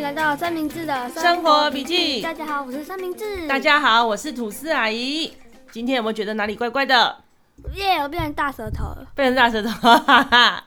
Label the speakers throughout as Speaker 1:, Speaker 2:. Speaker 1: 来到三明治的
Speaker 2: 生活笔记
Speaker 1: 大家好，我是三明治。
Speaker 2: 大家好，我是吐司阿姨。今天有没有觉得哪里怪怪的？
Speaker 1: 耶我变成大舌头了
Speaker 2: 被人大舌头， 哈哈哈。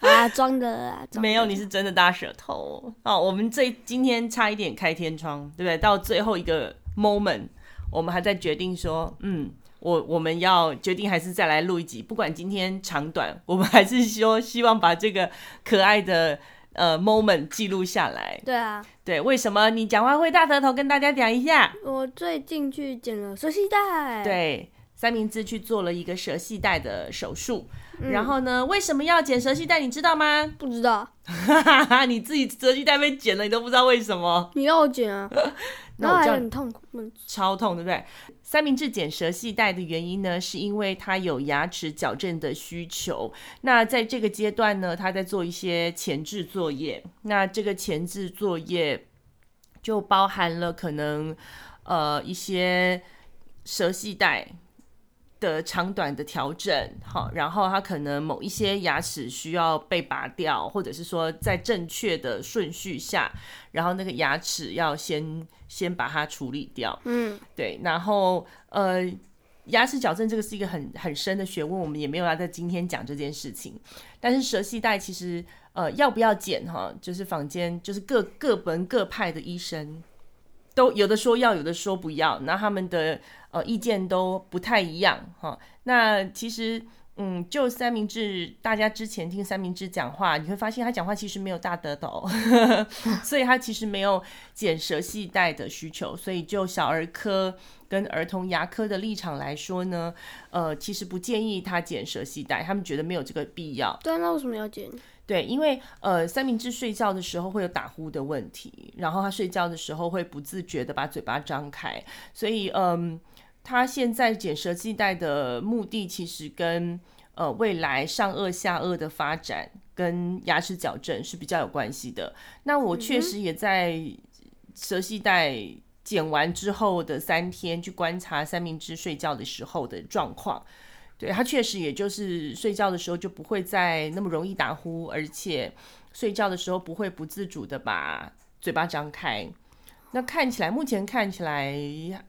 Speaker 1: 啊，装的啦。装的
Speaker 2: 没有，你是真的大舌头哦。我们这今天差一点开天窗，对不对？到最后一个 moment，我们还在决定说，嗯，我我们要决定还是再来录一集，不管今天长短， 我们还是说希望把这个可爱的呃 moment 记录下来。
Speaker 1: 对啊，
Speaker 2: 对，为什么你讲话会大舌头？跟大家讲一下。
Speaker 1: 我最近去剪了蛇系带。，
Speaker 2: 对，三明治去做了一个舌系带的手术。然后呢，为什么要剪舌系带？你知道吗？
Speaker 1: 嗯 不知道
Speaker 2: 哈哈哈，你自己舌系带被剪了，你都不知道为什么，
Speaker 1: 你让我剪啊，
Speaker 2: 那
Speaker 1: 然后
Speaker 2: 我
Speaker 1: 还
Speaker 2: 叫
Speaker 1: 很痛苦。嗯
Speaker 2: 超痛，对不对？三明治剪舌系带的原因呢，是因为他有牙齿矫正的需求。那在这个阶段呢，他在做一些前置作业。那这个前置作业就包含了可能呃一些舌系带的长短的调整，好，然后它可能某一些牙齿需要被拔掉，或者是说在正确的顺序下，然后那个牙齿要先先把它处理掉。
Speaker 1: 嗯，
Speaker 2: 对，然后呃，牙齿矫正这个是一个很很深的学问，我们也没有要在今天讲这件事情。但是舌系带其实呃要不要剪哈，就是坊间就是各各门各派的医生都有的说要，有的说不要，那他们的呃意见都不太一样哈。那其实。嗯，就三明治，大家之前听三明治讲话，你会发现他讲话其实没有大得头， 所以他其实没有剪舌系带的需求，所以就小儿科跟儿童牙科的立场来说呢，呃，其实不建议他剪舌系带，他们觉得没有这个必要。
Speaker 1: 对啊，那为什么要剪？
Speaker 2: 对，因为呃，三明治睡觉的时候会有打呼的问题，然后他睡觉的时候会不自觉的把嘴巴张开，所以嗯，他现在剪舌系带的目的其实跟呃未来上颚下颚的发展跟牙齿矫正是比较有关系的。那我
Speaker 1: 嗯
Speaker 2: 确实也在舌系带。剪完之后的三天，去观察三明治睡觉的时候的状况，对他确实也就是睡觉的时候就不会再那么容易打呼，而且睡觉的时候不会不自主的把嘴巴张开。那看起来，目前看起来，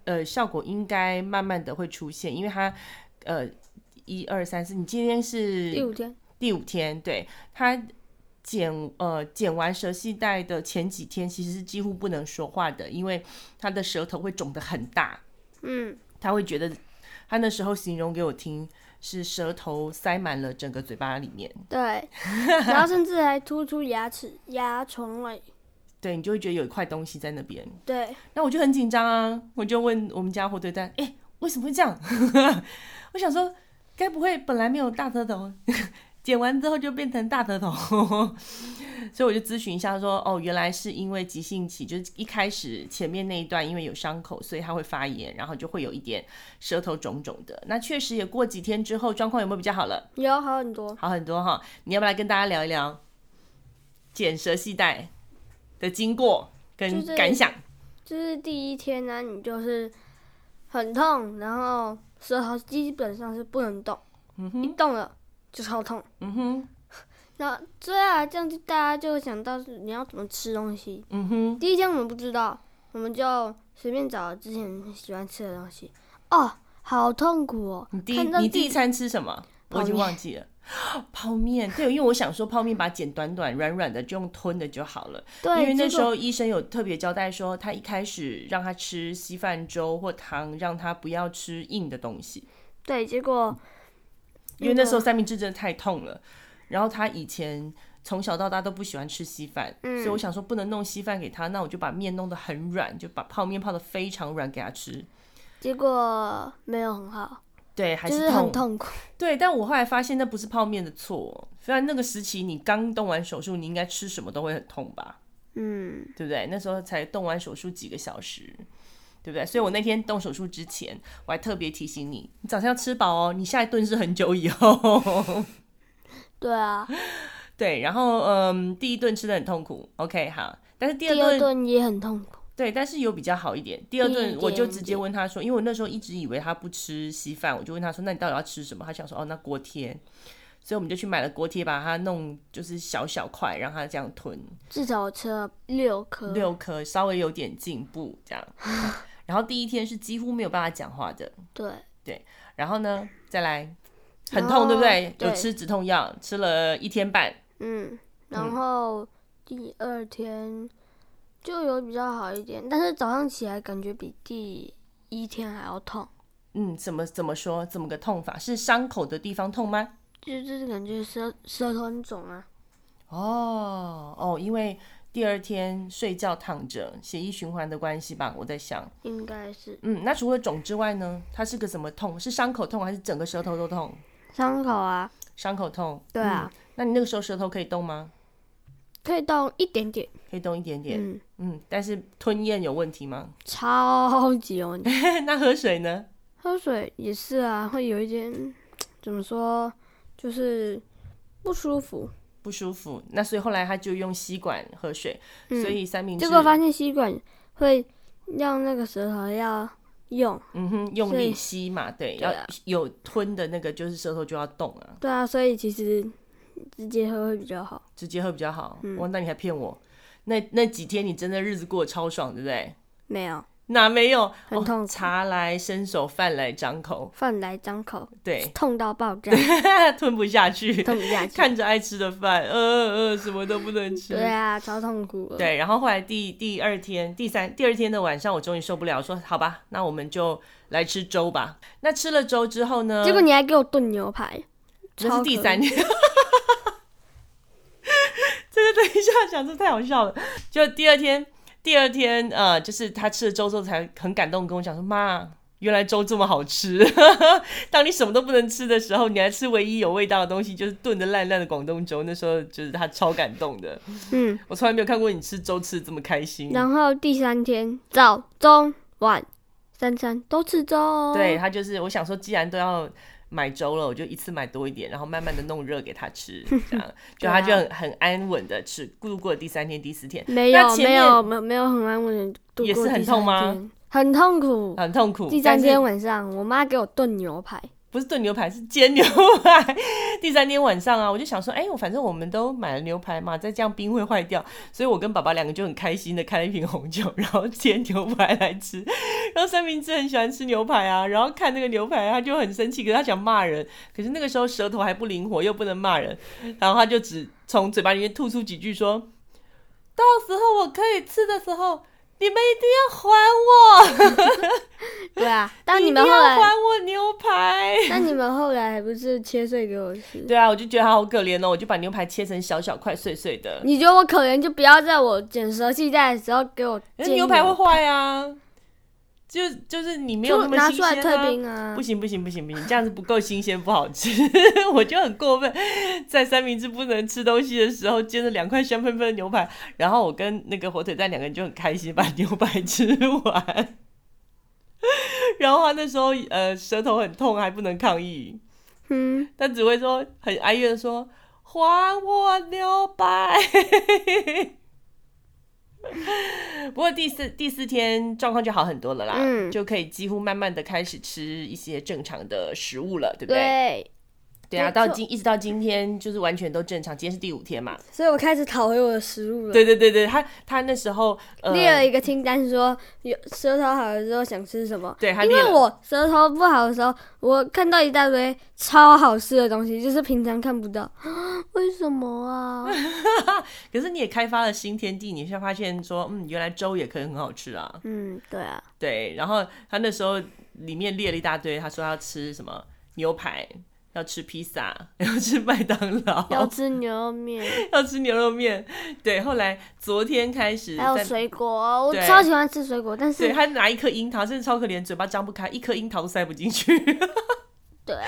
Speaker 2: 呃，效果应该慢慢的会出现，因为他，呃，一二三四，你今天是
Speaker 1: 第五天，
Speaker 2: 第五天，对他剪呃剪完舌系带的前几天，其实是几乎不能说话的，因为他的舌头会肿得很大，
Speaker 1: 嗯，
Speaker 2: 他会觉得他那时候形容给我听是舌头塞满了整个嘴巴里面，
Speaker 1: 对，然后甚至还突出牙齿、牙床外。
Speaker 2: 对你就会觉得有一块东西在那边，
Speaker 1: 对，
Speaker 2: 那我就很紧张啊，我就问我们家火腿蛋，哎、为什么会这样？ 我想说，该不会本来没有大舌头， 剪完之后就变成大舌头？ 所以我就咨询一下说，哦，原来是因为急性期，就是一开始前面那一段因为有伤口，所以它会发炎，然后就会有一点舌头肿肿的。那确实也过几天之后，状况有没有比较好了？
Speaker 1: 有好很多。
Speaker 2: 好很多哈。你要不要来跟大家聊一聊剪舌系带的经过
Speaker 1: 就
Speaker 2: 跟
Speaker 1: 是
Speaker 2: 感想？
Speaker 1: 就是第一天呢、你就是很痛，然后舌头基本上是不能动，一动了就超痛。
Speaker 2: 嗯哼，
Speaker 1: 然后对啊，这样就大家就会想到是你要怎么吃东西。
Speaker 2: 嗯哼。
Speaker 1: 第一天我们不知道，我们就随便找之前喜欢吃的东西。哦，好痛苦哦！
Speaker 2: 你第一
Speaker 1: 看到
Speaker 2: 你第一餐吃什么？
Speaker 1: 泡
Speaker 2: 我已经
Speaker 1: 面
Speaker 2: 忘记了。 泡面，对，因为我想说泡面把它剪短短、软软的，就用吞的就好了。
Speaker 1: 对，
Speaker 2: 因为那
Speaker 1: 结
Speaker 2: 时
Speaker 1: 果
Speaker 2: 候医生有特别交代说，他一开始让他吃稀饭粥或汤，让他不要吃硬的东西，
Speaker 1: 嗯对，结果
Speaker 2: 因为那时候
Speaker 1: 个
Speaker 2: 三明治真的太痛了。然后他以前从小到大都不喜欢吃稀饭，
Speaker 1: 嗯
Speaker 2: 所以我想说不能弄稀饭给他，那我就把面弄得很软，就把泡面泡得非常软给他吃。
Speaker 1: 结果没有很好，
Speaker 2: 对，还
Speaker 1: 就是很痛苦。
Speaker 2: 对，但我后来发现那不是泡面的错。哦虽然那个时期你刚动完手术，你应该吃什么都会很痛吧，
Speaker 1: 嗯，
Speaker 2: 对不对？那时候才动完手术几个小时，对不对？所以我那天动手术之前，我还特别提醒你，你早上要吃饱哦，你下一顿是很久以后。
Speaker 1: 对啊，
Speaker 2: 对，然后嗯，第一顿吃的很痛苦，OK 好，但 是第
Speaker 1: 第
Speaker 2: 二顿
Speaker 1: 二顿也很痛苦。
Speaker 2: 对，但是有比较好一点。第二
Speaker 1: 一
Speaker 2: 顿我就
Speaker 1: 点
Speaker 2: 直接
Speaker 1: 点
Speaker 2: 问他说，因为我那时候一直以为他不吃稀饭，我就问他说，那你到底要吃什么？他想说，哦，那锅贴。所以我们就去买了锅贴，把它弄就是小小块，让它这样吞。
Speaker 1: 至少我吃了六颗，
Speaker 2: 六颗，稍微有点进步这 样。然后第一天是几乎没有办法讲话的，
Speaker 1: 对，
Speaker 2: 然后呢，再来很
Speaker 1: 然
Speaker 2: 痛，对不
Speaker 1: 后
Speaker 2: 对？有
Speaker 1: 哦对
Speaker 2: 吃止痛药，吃了一天半。
Speaker 1: 嗯，然后第二天就有比较好一点，但是早上起来感觉比第一天还要痛，
Speaker 2: 嗯，怎么怎么说？怎么个痛法？是伤口的地方痛吗？
Speaker 1: 就就是感觉舌舌头很肿啊，
Speaker 2: 哦哦，因为第二天睡觉躺着，血液循环的关系吧，我在想。
Speaker 1: 应该是
Speaker 2: 嗯，那除了肿之外呢？它是个什么痛？是伤口痛还是整个舌头都痛？
Speaker 1: 伤口啊，
Speaker 2: 伤口痛。
Speaker 1: 对啊，
Speaker 2: 嗯那你那个时候舌头可以动吗？
Speaker 1: 可以动一点点，
Speaker 2: 可以动一点点。
Speaker 1: 嗯，
Speaker 2: 嗯，但是吞咽有问题吗？
Speaker 1: 超级有问题。
Speaker 2: 那喝水呢？
Speaker 1: 喝水也是啊，会有一点怎么说，就是不舒服。
Speaker 2: 不舒服。那所以后来他就用吸管喝水，
Speaker 1: 嗯
Speaker 2: 所以三明治
Speaker 1: 结果发现吸管会让那个舌头要用，
Speaker 2: 嗯哼，用
Speaker 1: 所以
Speaker 2: 力吸嘛，对，
Speaker 1: 对啊
Speaker 2: 要有吞的那个，就是舌头就要动啊，
Speaker 1: 对啊，所以其实直接喝会比较好。
Speaker 2: 直接喝比较好。
Speaker 1: 嗯
Speaker 2: 哇，那你还骗我？那那几天你真的日子过得超爽，对不对？
Speaker 1: 没有
Speaker 2: 哪没有？
Speaker 1: 很
Speaker 2: 哦
Speaker 1: 痛苦
Speaker 2: 茶来伸手，饭来张口，
Speaker 1: 饭来张口，
Speaker 2: 对，
Speaker 1: 痛到爆炸，
Speaker 2: 吞不下去，
Speaker 1: 痛不 下去。
Speaker 2: 看着爱吃的饭，呃呃，什么都不能吃。
Speaker 1: 对啊，超痛苦的。
Speaker 2: 对，然后后来第第二天、第三第二天的晚上，我终于受不了，我说好吧，那我们就来吃粥吧。那吃了粥之后呢？
Speaker 1: 结果你还给我炖牛排，
Speaker 2: 这
Speaker 1: 超
Speaker 2: 是第
Speaker 1: 可
Speaker 2: 三天。 这个等一下讲，这太好笑了。就第二天，第二天，呃，就是他吃了粥之后才很感动，跟我讲说：“妈，原来粥这么好吃。 当你什么都不能吃的时候，你还吃唯一有味道的东西，就是炖的烂烂的广东粥。那时候就是他超感动的，
Speaker 1: 嗯，
Speaker 2: 我从来没有看过你吃粥吃的这么开心。
Speaker 1: 然后第三天早中晚三餐都吃粥哦。
Speaker 2: 对他就是，我想说，既然都要买粥了，我就一次买多一点，然后慢慢的弄热给他吃，这 样就他
Speaker 1: 啊
Speaker 2: 就很很安稳的吃，度过第三天、第四天，
Speaker 1: 没
Speaker 2: 那
Speaker 1: 有
Speaker 2: 前
Speaker 1: 没
Speaker 2: 面
Speaker 1: 有没有没有很安稳的度
Speaker 2: 也
Speaker 1: 过
Speaker 2: 是很
Speaker 1: 第
Speaker 2: 痛
Speaker 1: 三
Speaker 2: 吗
Speaker 1: 天？很痛苦。
Speaker 2: 很痛苦。
Speaker 1: 第
Speaker 2: 但
Speaker 1: 三
Speaker 2: 是
Speaker 1: 天晚上，我妈给我炖牛排，
Speaker 2: 不是炖牛排，是煎牛排。第三天晚上啊，我就想说，哎、我反正我们都买了牛排嘛，再这样冰会坏掉，所以我跟爸爸两个就很开心的开了一瓶红酒，然后煎牛排来吃。然后三明治很喜欢吃牛排啊，然后看那个牛排，他就很生气，可是他想骂人，可是那个时候舌头还不灵活，又不能骂人，然后他就只从嘴巴里面吐出几句说：“到时候我可以吃的时候，你们一定要还我，
Speaker 1: 对 啊，但你
Speaker 2: 一
Speaker 1: 们
Speaker 2: 定
Speaker 1: 后
Speaker 2: 要还
Speaker 1: 来，
Speaker 2: 我牛排。”
Speaker 1: 但你们后来不是切碎给我吃？
Speaker 2: 对啊，我就觉得他好可怜哦，我就把牛排切成小小块碎碎的。
Speaker 1: 你觉得我可怜，就不要在我剪舌系带的时候给我
Speaker 2: 那
Speaker 1: 煎
Speaker 2: 牛排会坏啊，就就是你没有那
Speaker 1: 就
Speaker 2: 么
Speaker 1: 拿
Speaker 2: 新
Speaker 1: 出来
Speaker 2: 鲜
Speaker 1: 退
Speaker 2: 啊
Speaker 1: 冰啊
Speaker 2: 不。行不行不行不行，这样子不够新鲜，不好吃。 我就很过分，在三明治不能吃东西的时候，煎了两块香喷喷的牛排，然后我跟那个火腿蛋两个人就很开心，把牛排吃完。 然后他那时候呃舌头很痛，还不能抗议，
Speaker 1: 嗯，
Speaker 2: 他只会说很哀怨的说还我牛排。 不过第四第四天状况就好很多了啦，
Speaker 1: 嗯
Speaker 2: 就可以几乎慢慢的开始吃一些正常的食物了，对不对？
Speaker 1: 对，
Speaker 2: 对啊，
Speaker 1: 没错
Speaker 2: 到今一直到今天就是完全都正常，今天是第五天嘛。
Speaker 1: 所以我开始讨回我的食物了。
Speaker 2: 对对对对，他他那时候呃，
Speaker 1: 列了一个清单说，有舌头好的时候想吃什么。
Speaker 2: 对他
Speaker 1: 因
Speaker 2: 列
Speaker 1: 为
Speaker 2: 了
Speaker 1: 我舌头不好的时候，我看到一大堆超好吃的东西，就是平常看不到。 为什么啊？
Speaker 2: 可是你也开发了新天地，你现在发现说，嗯，原来粥也可以很好吃啊。
Speaker 1: 嗯，对啊，
Speaker 2: 对，然后他那时候里面列了一大堆，他说要吃什么牛排，要吃披萨， 要吃麦当劳，
Speaker 1: 要吃牛肉面，
Speaker 2: 要吃牛肉面。对，后来昨天开始
Speaker 1: 还有
Speaker 2: 在，
Speaker 1: 水果哦，我
Speaker 2: 对
Speaker 1: 超喜欢吃水果，但
Speaker 2: 对
Speaker 1: 是
Speaker 2: 他拿一颗樱桃，真的超可怜，嘴巴张不开，一颗樱桃都塞不进去。
Speaker 1: 对啊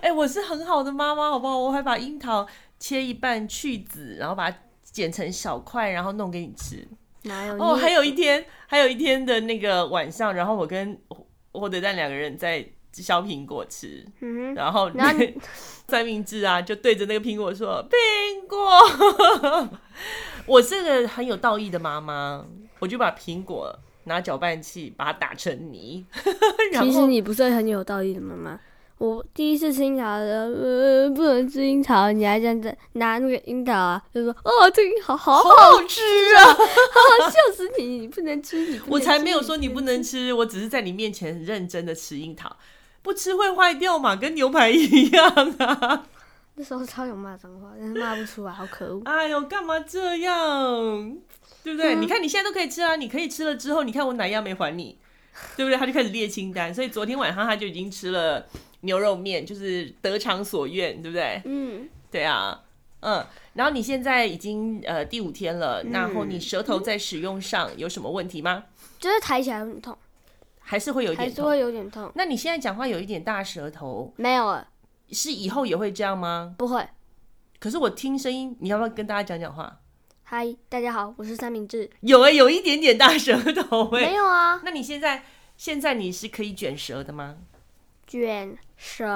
Speaker 2: 哎、我是很好的妈妈，好不好？我还把樱桃切一半去籽，然后把它剪成小块，然后弄给你吃。
Speaker 1: 哪有
Speaker 2: 哦，
Speaker 1: 你
Speaker 2: 还有一天，还有一天的那个晚上，然后我跟火腿蛋两个人在削苹果吃，
Speaker 1: 嗯
Speaker 2: 然后
Speaker 1: 然后
Speaker 2: 那 三明治啊，就对着那个苹果说：“苹果。”我是个很有道义的妈妈，我就把苹果拿搅拌器把它打成泥，
Speaker 1: 哼，
Speaker 2: 然
Speaker 1: 其实
Speaker 2: 后
Speaker 1: 你不是很有道义的妈妈，我第一次吃樱桃的，呃，不能吃樱桃，你还这样子拿那个樱桃啊，就说哦，这个樱桃好好
Speaker 2: 好好吃啊！
Speaker 1: 好，笑死你，你不能吃，你不能
Speaker 2: 我才
Speaker 1: 吃
Speaker 2: 没有说你不能吃，我只是在你面前很认真的吃樱桃，不吃会坏掉嘛，跟牛排一样啊！
Speaker 1: 那时候超想骂脏话，但是骂不出来，好可恶。
Speaker 2: 哎呦，干嘛这样？对不对？
Speaker 1: 嗯
Speaker 2: 你看你现在都可以吃啊，你可以吃了之后，你看我哪样没还你，对不对？他就开始列清单，所以昨天晚上他就已经吃了牛肉面，就是得偿所愿，对不对？
Speaker 1: 嗯，
Speaker 2: 对啊，嗯，然后你现在已经呃第五天了，然后你舌头在使用上有什么问题吗？
Speaker 1: 就是抬起来很痛，
Speaker 2: 还是会有一
Speaker 1: 还
Speaker 2: 点
Speaker 1: 是
Speaker 2: 痛？
Speaker 1: 会有点痛。
Speaker 2: 那你现在讲话有一点大舌头，
Speaker 1: 没有了，
Speaker 2: 是以后也会这样吗？
Speaker 1: 不会。
Speaker 2: 可是我听声音，你要不要跟大家讲讲话？
Speaker 1: 嗨，大家好，我是三明治。
Speaker 2: 有哎、有一点点大舌头哎、
Speaker 1: 没有啊，
Speaker 2: 那你现在现在你是可以卷舌的吗？
Speaker 1: 卷舌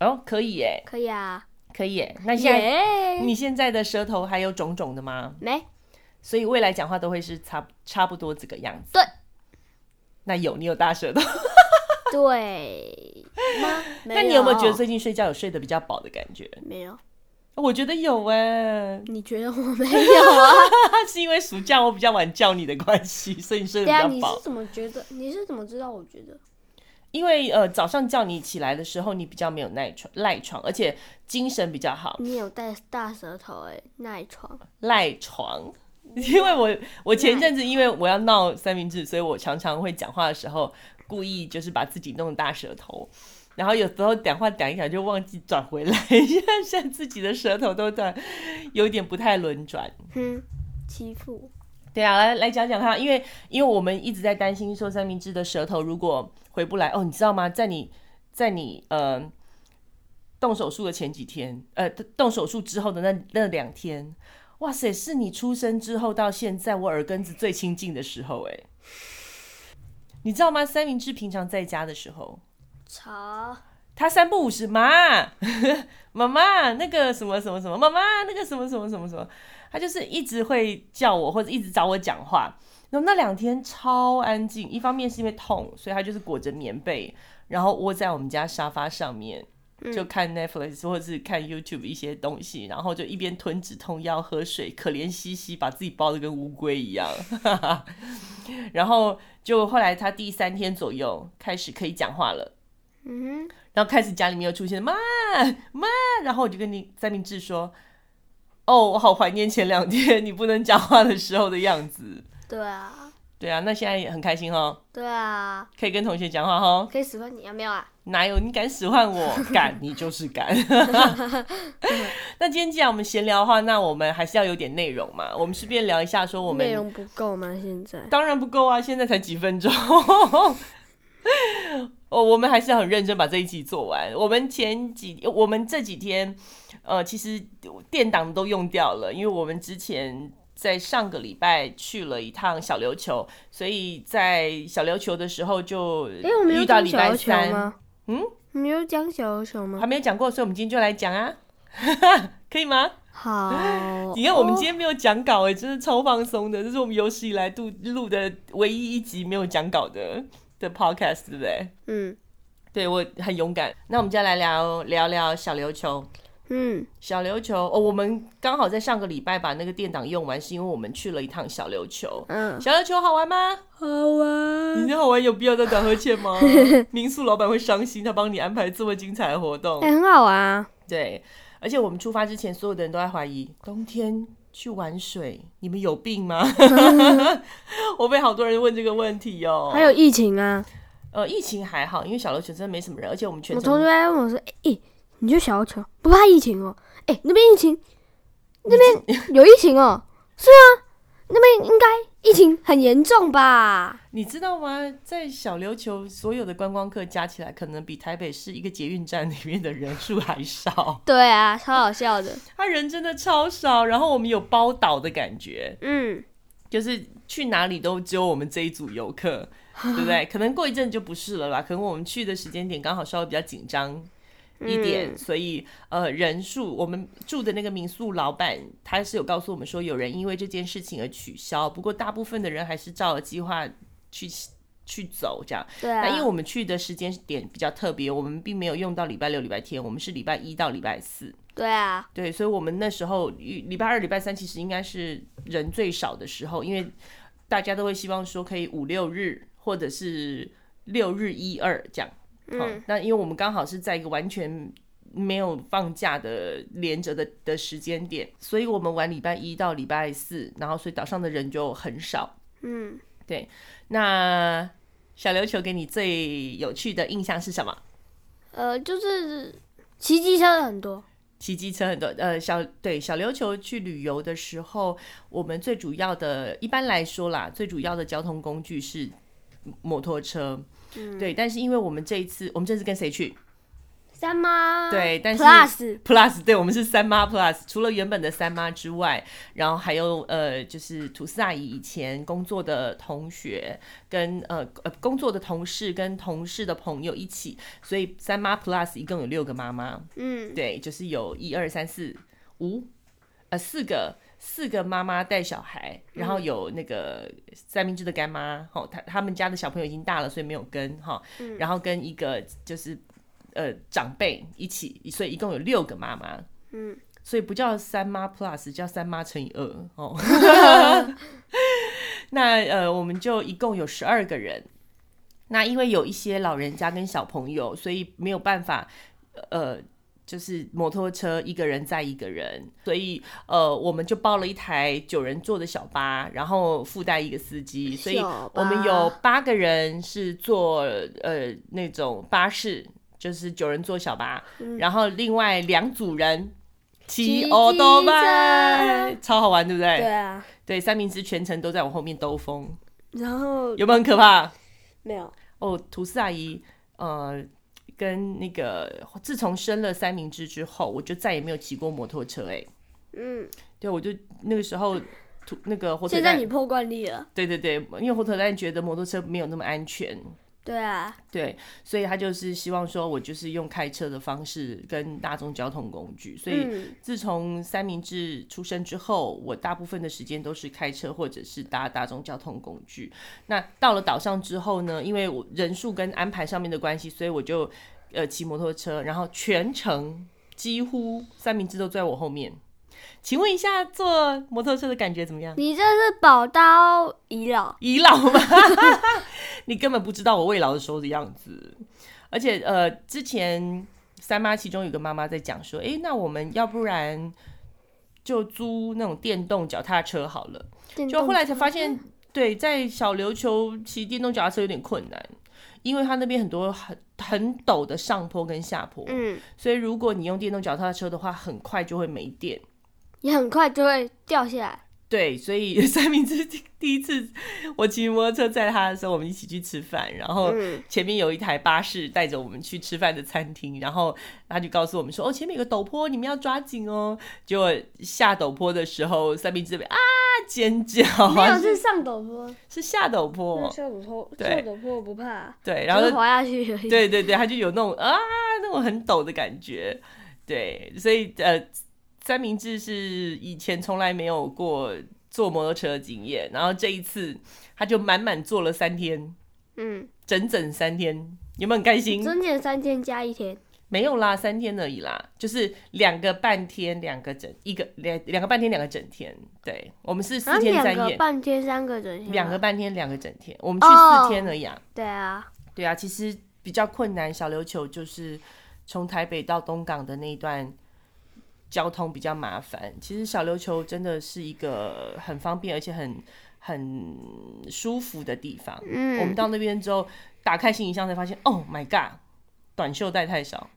Speaker 2: 哦，可以哎、
Speaker 1: 可以啊。
Speaker 2: 可以哎、那现在
Speaker 1: 耶，
Speaker 2: 你现在的舌头还有肿肿的吗？
Speaker 1: 没
Speaker 2: 所以未来讲话都会是差差不多这个样子。
Speaker 1: 对，
Speaker 2: 那有你有大舌头。
Speaker 1: 对吗？没
Speaker 2: 那你有没有觉得最近睡觉有睡得比较饱的感觉？
Speaker 1: 没有？
Speaker 2: 我觉得有哎、
Speaker 1: 你觉得我没有啊？
Speaker 2: 那 是因为暑假我比较晚叫你的关系，所以你睡
Speaker 1: 对
Speaker 2: 得
Speaker 1: 啊，
Speaker 2: 比
Speaker 1: 你
Speaker 2: 较
Speaker 1: 是
Speaker 2: 饱。哦
Speaker 1: 怎么觉得？你是怎么知道？我觉得
Speaker 2: 因为呃早上叫你起来的时候，你比较没有赖床，赖床，而且精神比较好，
Speaker 1: 你有带大舌头哎、耐床。
Speaker 2: 赖床。因为我我前一阵子因为我要闹三明治，所以我常常会讲话的时候故意就是把自己弄大舌头，然后有时候讲话讲一讲就忘记转回来， 现在自己的舌头都在有点不太轮转。
Speaker 1: 哼，欺负 我。
Speaker 2: 对啊，来来讲讲看，因为因为我们一直在担心说三明治的舌头如果回不来哦，你知道吗？在你在你呃动手术的前几天，呃动手术之后的那那两天，哇塞，是你出生之后到现在我耳根子最亲近的时候哎，你知道吗？三明治平常在家的时候，
Speaker 1: 吵，
Speaker 2: 他三不五时，妈， 妈妈，那个什么什么什么，妈妈，那个什么什么什么什么，他就是一直会叫我或者一直找我讲话。然后那两天超安静，一方面是因为痛，所以他就是裹着棉被，然后窝在我们家沙发上面，就看 Netflix 或者是看 YouTube 一些东西，然后就一边吞止痛药、喝水，可怜兮兮把自己包的跟乌龟一样。 然后就后来他第三天左右开始可以讲话了。
Speaker 1: 嗯哼，
Speaker 2: 然后开始家里面又出现妈妈，然后我就跟你三明治说，哦，我好怀念前两天你不能讲话的时候的样子。
Speaker 1: 对啊，
Speaker 2: 对啊，那现在也很开心哦，
Speaker 1: 对啊，
Speaker 2: 可以跟同学讲话哦。
Speaker 1: 可以使唤你啊，没有啊？
Speaker 2: 哪有你敢使唤我？敢，你就是敢。 那今天既然我们闲聊的话，那我们还是要有点内容嘛。我们顺便聊一下，说我们
Speaker 1: 内容不够吗？现在
Speaker 2: 当然不够啊，现在才几分钟。 哦，我们还是很认真把这一集做完。我们前几，我们这几天，呃，其实电档都用掉了，因为我们之前在上个礼拜去了一趟小琉球，所以在小琉球的时候就
Speaker 1: 哎、我们有
Speaker 2: 遇到
Speaker 1: 讲
Speaker 2: 礼
Speaker 1: 小
Speaker 2: 拜
Speaker 1: 琉球
Speaker 2: 三，
Speaker 1: 吗？嗯，你有讲小琉球吗
Speaker 2: 还？没有讲过，所以我们今天就来讲啊， 可以吗？
Speaker 1: 好，哦
Speaker 2: 你看，我们今天没有讲稿哎、真的超放松的，这是我们有史以来录录的唯一一集没有讲稿的的 podcast，对不对？
Speaker 1: 嗯
Speaker 2: 对我很勇敢。那我们接下来聊聊聊小琉球。
Speaker 1: 嗯
Speaker 2: 小琉球哦，我们刚好在上个礼拜把那个电档用完，是因为我们去了一趟小琉球。
Speaker 1: 嗯，
Speaker 2: 小琉球好玩吗？
Speaker 1: 好玩。
Speaker 2: 你好玩有必要再打呵欠吗？ 民宿老板会伤心，他帮你安排这么精彩的活动
Speaker 1: 哎、。很好玩啊！
Speaker 2: 对，而且我们出发之前，所有的人都在怀疑冬天去玩水，你们有病吗？ 我被好多人问这个问题哦。
Speaker 1: 还有疫情啊，
Speaker 2: 呃，疫情还好，因为小琉球真的没什么人，而且我们全
Speaker 1: 我同学
Speaker 2: 程
Speaker 1: 还问我说：“哎、欸你去小琉球不怕疫情哦？哎、那边疫情，那边有疫情哦。是啊，那边应该疫情很严重吧？
Speaker 2: 你知道吗？在小琉球所有的观光客加起来，可能比台北市一个捷运站里面的人数还少，
Speaker 1: 对啊，超好笑的。
Speaker 2: 他人真的超少。然后我们有包岛的感觉，
Speaker 1: 嗯，
Speaker 2: 就是去哪里都只有我们这一组游 客，对不对？可能过一阵就不是了啦，可能我们去的时间点刚好稍微比较紧张
Speaker 1: 嗯
Speaker 2: 一点，所以呃人数，我们住的那个民宿老板他是有告诉我们说，有人因为这件事情而取消，不过大部分的人还是照了计划去去走这样。
Speaker 1: 对
Speaker 2: 那
Speaker 1: 啊，
Speaker 2: 因为我们去的时间点比较特别，我们并没有用到礼拜六、礼拜天，我们是礼拜一到礼拜四。
Speaker 1: 对啊，
Speaker 2: 对，所以我们那时候礼礼拜二、礼拜三其实应该是人最少的时候，因为大家都会希望说可以五六日或者是六日一二这样。好、
Speaker 1: 嗯，
Speaker 2: 那因为我们刚好是在一个完全没有放假的连着的的时间点，所以我们玩礼拜一到礼拜四，然后所以岛上的人就很少。
Speaker 1: 嗯，
Speaker 2: 那小琉球给你最有趣的印象是什么？
Speaker 1: 呃，就是骑机车的很多，
Speaker 2: 骑机车很多，呃，小对小琉球去旅游的时候，我们最主要的，一般来说啦，最主要的交通工具是摩托车，对。但是因为我们这一次，我们这次跟谁去？
Speaker 1: 三妈
Speaker 2: 对但是
Speaker 1: plus
Speaker 2: Plus，对我们是三妈 Plus，除了原本的三妈之外，然后还有呃，就是吐司阿姨以前工作的同学跟呃呃工作的同事跟同事的朋友一起，所以三妈 Plus 一共有六个妈妈，
Speaker 1: 嗯，
Speaker 2: 对，就是有一二三四五呃四个。四个妈妈带小孩，然后有那个三明治的干妈，哦，她他们家的小朋友已经大了，所以没有跟哈、哦然后跟一个就是呃长辈一起，所以一共有六个妈妈。
Speaker 1: 嗯，
Speaker 2: 所以不叫三妈 plus，叫三妈乘以二哦。 那呃，我们就一共有十二个人。那因为有一些老人家跟小朋友，所以没有办法，呃，就是摩托车一个人载一个人，所以呃，我们就包了一台九人座的小巴，然后附带一个司机，所以
Speaker 1: 小
Speaker 2: 我们
Speaker 1: 巴
Speaker 2: 有八个人是坐呃那种巴士，就是九人坐小巴，然后另外两组人骑
Speaker 1: 嗯骑
Speaker 2: 欧多
Speaker 1: 机
Speaker 2: 拜，超好玩，对不对？
Speaker 1: 对啊，
Speaker 2: 对三明治全程都在我后面兜风，
Speaker 1: 然后
Speaker 2: 有没有很可怕？
Speaker 1: 没有，
Speaker 2: 哦，吐司阿姨，呃，跟那个自从生了三明治之后，我就再也没有骑过摩托车、哎，
Speaker 1: 嗯，
Speaker 2: 对我就那个时候。吐那个火腿
Speaker 1: 现在
Speaker 2: 蛋
Speaker 1: 你，破惯例了，
Speaker 2: 对对对，因为火腿蛋觉得摩托车没有那么安全，
Speaker 1: 对啊，
Speaker 2: 对，所以他就是希望说，我就是用开车的方式跟大众交通工具。所以
Speaker 1: 嗯
Speaker 2: 自从三明治出生之后，我大部分的时间都是开车或者是搭大众交通工具。那到了岛上之后呢，因为我人数跟安排上面的关系，所以我就呃骑摩托车，然后全程几乎三明治都在我后面。请问一下，坐摩托车的感觉怎么样？
Speaker 1: 你这是宝刀已老，
Speaker 2: 倚老吗？ 你根本不知道我未老的时候的样子。而且呃，之前三妈其中有个妈妈在讲说，诶，那我们要不然就租那种电动脚踏车好了。
Speaker 1: 电
Speaker 2: 就
Speaker 1: 动
Speaker 2: 后来才
Speaker 1: 车
Speaker 2: 发现，对，在小琉球骑电动脚踏车有点困难，因为它那边很多很很陡的上坡跟下坡，
Speaker 1: 嗯，
Speaker 2: 所以如果你用电动脚踏车的话，很快就会没电。
Speaker 1: 也很快就会掉下来，
Speaker 2: 对，所以 三明治第第一次我骑摩托车载他的时候，我们一起去吃饭，然后
Speaker 1: 嗯
Speaker 2: 前面有一台巴士带着我们去吃饭的餐厅，然后他就告诉我们说：“哦，前面有个陡坡，你们要抓紧哦。”结果下陡坡的时候，三明治被啊尖叫，
Speaker 1: 没有嗯是上陡坡，
Speaker 2: 是下陡坡，
Speaker 1: 下陡坡，
Speaker 2: 哦对
Speaker 1: 下陡坡我不怕，
Speaker 2: 对，然
Speaker 1: 只
Speaker 2: 后
Speaker 1: 是滑下去而已，
Speaker 2: 对对对，他就有那种啊那种很陡的感觉，对，所以呃，三明治是以前从来没有过坐摩托车的经验，然后这一次他就满满坐了三天，
Speaker 1: 嗯，
Speaker 2: 整整三天，有没有很开心？
Speaker 1: 增减三天加一天，
Speaker 2: 没有啦，三天而已啦，就是两个半天，两个整一个两两个半天，两个整天，对我们是
Speaker 1: 然
Speaker 2: 四
Speaker 1: 后
Speaker 2: 天
Speaker 1: 啊两
Speaker 2: 三
Speaker 1: 个
Speaker 2: 夜，
Speaker 1: 半天三个整天吧，
Speaker 2: 两个半天，两个整天，我们去
Speaker 1: 哦
Speaker 2: 四天而已啊。
Speaker 1: 对啊，
Speaker 2: 对啊，其实比较困难，小琉球就是从台北到东港的那一段交通比较麻烦。其实小琉球真的是一个很方便而且很很舒服的地方。
Speaker 1: 嗯，
Speaker 2: 我们到那边之后，打开行李箱才发现，Oh my god，短袖带太少，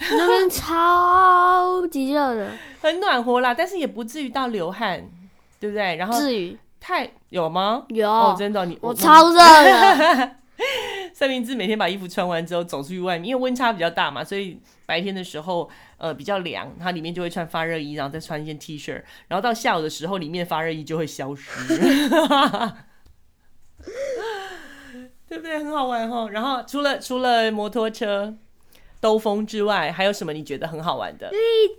Speaker 1: 那边超级热的，
Speaker 2: 很暖和啦，但是也不至于到流汗，对不对？然后
Speaker 1: 至于
Speaker 2: 太有吗？
Speaker 1: 有、
Speaker 2: 哦，真的，你
Speaker 1: 我超热的，
Speaker 2: 三明治每天把衣服穿完之后走出去外面，因为温差比较大嘛，所以白天的时候呃比较凉，它里面就会穿发热衣，然后再穿一件 T 恤，然后到下午的时候里面发热衣就会消失， 对不对？很好玩哦。然后除了除了摩托车兜风之外，还有什么你觉得很好玩的？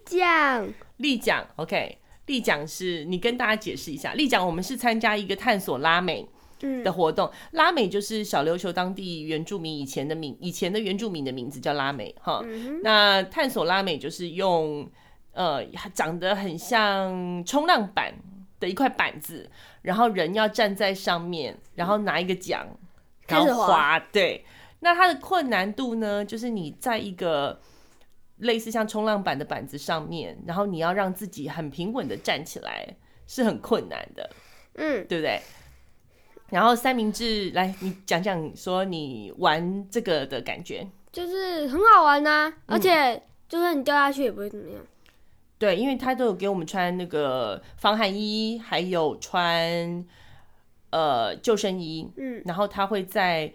Speaker 1: 酱
Speaker 2: 立奖，OK，立奖是你跟大家解释一下，立奖我们是参加一个探索拉美
Speaker 1: 嗯
Speaker 2: 的活动。拉美就是小琉球当地原住民以前的名，以前的原住民的名字叫拉美哈。
Speaker 1: 嗯
Speaker 2: 那探索拉美就是用呃长得很像冲浪板的一块板子，然后人要站在上面，然后拿一个桨，然
Speaker 1: 开始
Speaker 2: 后
Speaker 1: 滑
Speaker 2: 滑。对，那它的困难度呢，就是你在一个。类似像冲浪板的板子上面，然后你要让自己很平稳的站起来，是很困难的。
Speaker 1: 嗯，
Speaker 2: 对不对？然后三明治，来你讲讲说你玩这个的感觉。
Speaker 1: 就是很好玩呐、而
Speaker 2: 嗯
Speaker 1: 且就算你掉下去也不会怎么样。
Speaker 2: 对，因为他都有给我们穿那个防寒衣，还有穿呃救生衣，
Speaker 1: 嗯，
Speaker 2: 然后他会在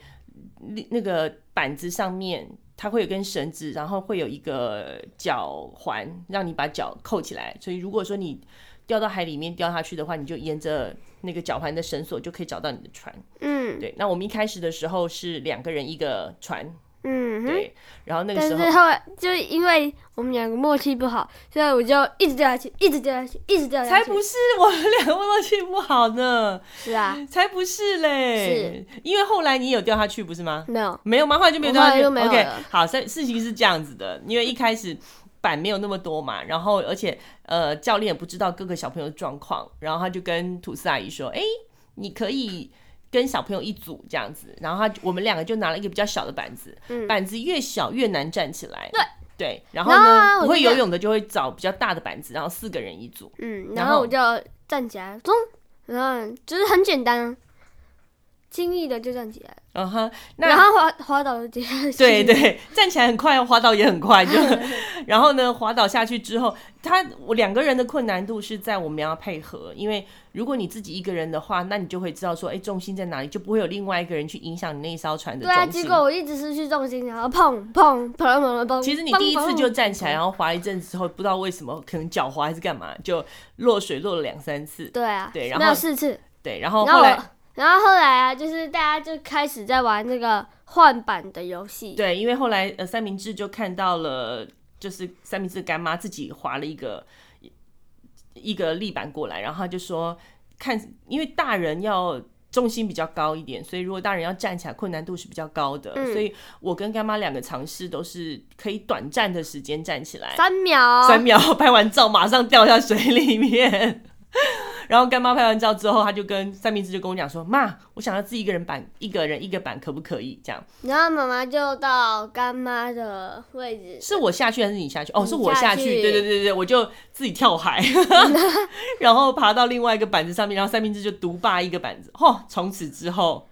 Speaker 2: 那那个板子上面，它会有根绳子，然后会有一个脚环，让你把脚扣起来。所以如果说你掉到海里面掉下去的话，你就沿着那个脚环的绳索就可以找到你的船。
Speaker 1: 嗯
Speaker 2: 对，那我们一开始的时候是两个人一个船，
Speaker 1: 嗯哼，
Speaker 2: 对，然后那个
Speaker 1: 但
Speaker 2: 时
Speaker 1: 是
Speaker 2: 候
Speaker 1: 后来就因为我们两个默契不好，所以我就一直掉下去，一直掉下去，一直掉下
Speaker 2: 才
Speaker 1: 去。
Speaker 2: 不是我们两个默契不好呢，
Speaker 1: 是啊，
Speaker 2: 才不是嘞，因为后来你有掉下去不是吗？
Speaker 1: 没有，
Speaker 2: 没有吗？后来就没有掉下去
Speaker 1: 我后来就没有
Speaker 2: OK，
Speaker 1: 了
Speaker 2: 好，事事情是这样子的，因为一开始。板没有那么多嘛，然后而且呃，教练也不知道各个小朋友的状况，然后他就跟吐司阿姨说：“哎、你可以跟小朋友一组这样子。”然后他我们两个就拿了一个比较小的板子，
Speaker 1: 嗯
Speaker 2: 板子越小越难站起来。
Speaker 1: 对
Speaker 2: 对，然后
Speaker 1: 然
Speaker 2: 呢，
Speaker 1: 后啊
Speaker 2: 不
Speaker 1: 我
Speaker 2: 会
Speaker 1: 就
Speaker 2: 游泳的就会找比较大的板子，然后四个人一组。
Speaker 1: 嗯，
Speaker 2: 然
Speaker 1: 然
Speaker 2: 后
Speaker 1: 后我就站起来，中，然后就是很简单，轻易的就站起来了，
Speaker 2: 嗯哼，
Speaker 1: 然
Speaker 2: 那
Speaker 1: 后滑滑倒就跌下去。
Speaker 2: 对，对，站起来很 快，滑倒也很快，就然后呢，滑倒下去之后，他我两个人的困难度是在我们要配合，因为如果你自己一个人的话，那你就会知道说，哎，重心在哪里，就不会有另外一个人去影响你那一艘船的
Speaker 1: 对啊，
Speaker 2: 重
Speaker 1: 结
Speaker 2: 心。
Speaker 1: 果我一直失去重心，然后砰砰砰砰砰砰。
Speaker 2: 其实你第一次
Speaker 1: 砰
Speaker 2: 就
Speaker 1: 砰
Speaker 2: 站起来，然后滑一阵子之后，不知道为什么，可能脚滑还是干嘛，就落水落了两三次。
Speaker 1: 对啊，
Speaker 2: 对然后
Speaker 1: 没有四次，
Speaker 2: 对，然后
Speaker 1: 然后
Speaker 2: 后来
Speaker 1: 我，然后后来啊，就是大家就开始在玩那个换板的游戏。
Speaker 2: 对，因为后来呃三明治就看到了，就是三明治干妈自己划了一个一个立板过来，然后他就说看，因为大人要。重心比较高一点，所以如果大人要站起来，困难度是比较高的。
Speaker 1: 嗯
Speaker 2: 所以我跟干妈两个尝试都是可以短暂的时间站起来，
Speaker 1: 三秒，
Speaker 2: 三秒 拍完照马上掉下水里面。 然后干妈拍完照之后，她就跟三明治就跟我讲说：“妈，我想要自己一个人板，一个人一个板，可不可以？”这样
Speaker 1: 然后妈妈就到干妈的位置，
Speaker 2: 是我下去还是你下去？哦，
Speaker 1: 你
Speaker 2: 是我下
Speaker 1: 下
Speaker 2: 去。
Speaker 1: 去
Speaker 2: 对对对对，我就自己跳海， 然后爬到另外一个板子上面，然后三明治就独霸一个板子。嚯、从此之后，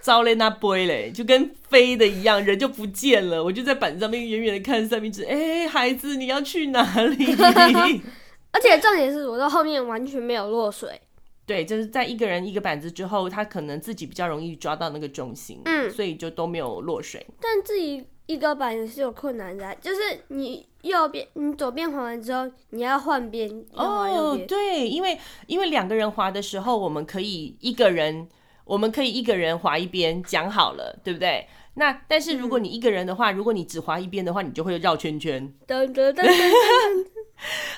Speaker 2: 糟嘞那杯嘞，就跟飞的一样，人就不见了。我就在板子上面远远的看三明治，哎，孩子，你要去哪 里？
Speaker 1: 而且重点是我到后面完全没有落水。
Speaker 2: 对，就是在一个人一个板子之后，他可能自己比较容易抓到那个重心，
Speaker 1: 嗯
Speaker 2: 所以就都没有落水。
Speaker 1: 但自己一个板也是有困难的啊、就是你右边，你左边滑完之后，你要换边，要滑右
Speaker 2: 哦，
Speaker 1: 边。
Speaker 2: 对，因为因为两个人滑的时候，我们可以一个人，我们可以一个人滑一边，讲好了，对不对？那但是如
Speaker 1: 嗯
Speaker 2: 果你一个人的话，如果你只滑一边的话，你就会绕圈圈。
Speaker 1: 噔噔噔噔，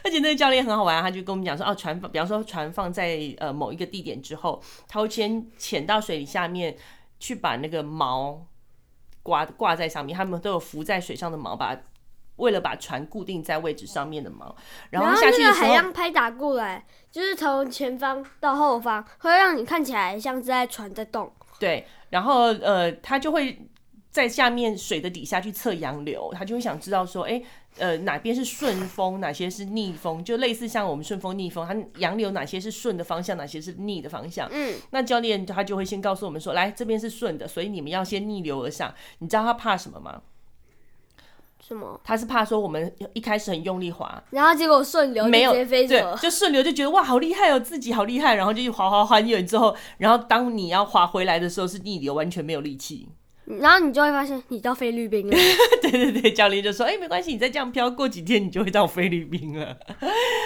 Speaker 2: 而且那个教练很好玩啊，他就跟我们讲说，哦，船放，比方说船放在呃某一个地点之后，他会先潜到水里下面去把那个锚挂挂在上面，他们都有浮在水上的锚，把为了把船固定在位置上面的锚， 然后
Speaker 1: 后
Speaker 2: 下去
Speaker 1: 那
Speaker 2: 的
Speaker 1: 个
Speaker 2: 时
Speaker 1: 海
Speaker 2: 候，
Speaker 1: 浪拍打过来，就是从前方到后方，会让你看起来像是在船在动。
Speaker 2: 对，然后呃，他就会在下面水的底下去测洋流，他就会想知道说，哎，呃，哪边是顺风，哪些是逆风，就类似像我们顺风逆风，它洋流哪些是顺的方向，哪些是逆的方向。
Speaker 1: 嗯，
Speaker 2: 那教练他就会先告诉我们说，来这边是顺的，所以你们要先逆流而上。你知道他怕什么吗？
Speaker 1: 什么？
Speaker 2: 他是怕说我们一开始很用力滑，
Speaker 1: 然后结果顺流就
Speaker 2: 没有
Speaker 1: 直接飞走
Speaker 2: 对，
Speaker 1: 了。
Speaker 2: 就顺流就觉得哇好厉害哦，自己好厉害，然后就去滑滑滑很远之后，然后当你要滑回来的时候是逆流，完全没有力气。
Speaker 1: 然后你就会发现你到菲律宾 了。
Speaker 2: 对对对，教练就说：“哎、没关系，你再这样飘，过几天你就会到菲律宾了。”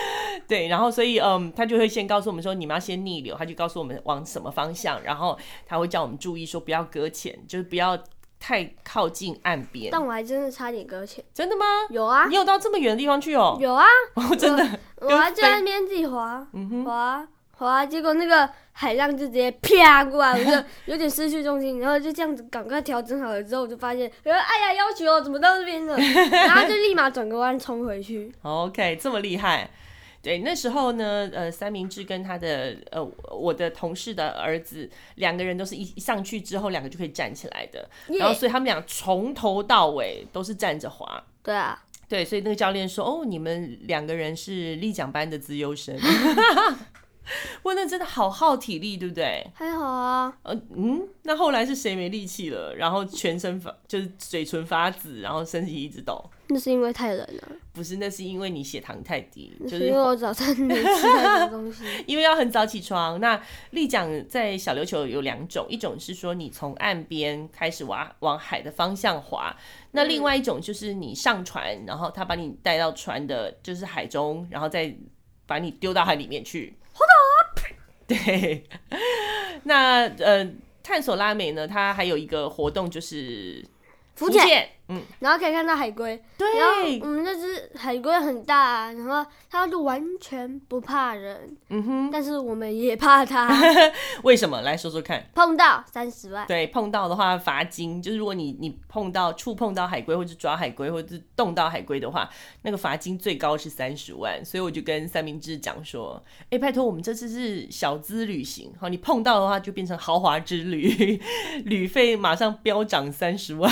Speaker 2: 对，然后所以嗯，他就会先告诉我们说你们要先逆流，他就告诉我们往什么方向，然后他会叫我们注意说不要搁浅，就是不要太靠近岸边。
Speaker 1: 但我还真的差点搁浅。
Speaker 2: 真的吗？
Speaker 1: 有啊，
Speaker 2: 你有到这么远的地方去哦？
Speaker 1: 有啊，
Speaker 2: 哦，真的，
Speaker 1: 我还
Speaker 2: 跟飞嗯
Speaker 1: 在那边自己滑滑好啊，结果那个海浪就直接啪过来，我就 有点失去重心，然后就这样子赶快调整好了之后，我就发现，呃，哎呀，要求怎么到这边 了？然后就立马转个弯冲回去。
Speaker 2: OK，这么厉害。对，那时候呢，呃，三明治跟他的呃，我的同事的儿子，两个人都是一一上去之后，两个就可以站起来的。
Speaker 1: 耶
Speaker 2: 然后，所以他们俩从头到尾都是站着滑。
Speaker 1: 对啊，
Speaker 2: 对，所以那个教练说：“哦，你们两个人是立奖班的资优生。” 哇，那真的好耗体力，对不对？
Speaker 1: 还好啊，
Speaker 2: 呃，嗯，那后来是谁没力气了？然后全身发，就是嘴唇发紫，然后身体一直抖。
Speaker 1: 那是因为太冷了，
Speaker 2: 不是，那是因为你血糖太低，
Speaker 1: 那
Speaker 2: 就是
Speaker 1: 因为我早餐没吃太多东西。
Speaker 2: 因为要很早起床。那立桨在小琉球有两种，一种是说你从岸边开始往往海的方向滑，那另外一种就是你上船，然后他把你带到船的，就是海中，然后再把你丢到海里面去。Hold up！对， 那呃，探索拉美呢，它还有一个活动就是
Speaker 1: 浮潜，
Speaker 2: 嗯，
Speaker 1: 然后可以看到海龟，然后
Speaker 2: 对
Speaker 1: 我，们那只海龟很大啊，然后它就完全不怕人，
Speaker 2: 嗯哼，
Speaker 1: 但是我们也怕它，
Speaker 2: 为什么？来说说看。
Speaker 1: 碰到三十万。
Speaker 2: 对，碰到的话罚金，就是如果你你碰到触碰到海龟，或者抓海龟，或者是动到海龟的话，那个罚金最高是三十万。所以我就跟三明治讲说，哎、拜托，我们这次是小资旅行，好，你碰到的话就变成豪华之旅， 旅费马上飙涨三十万。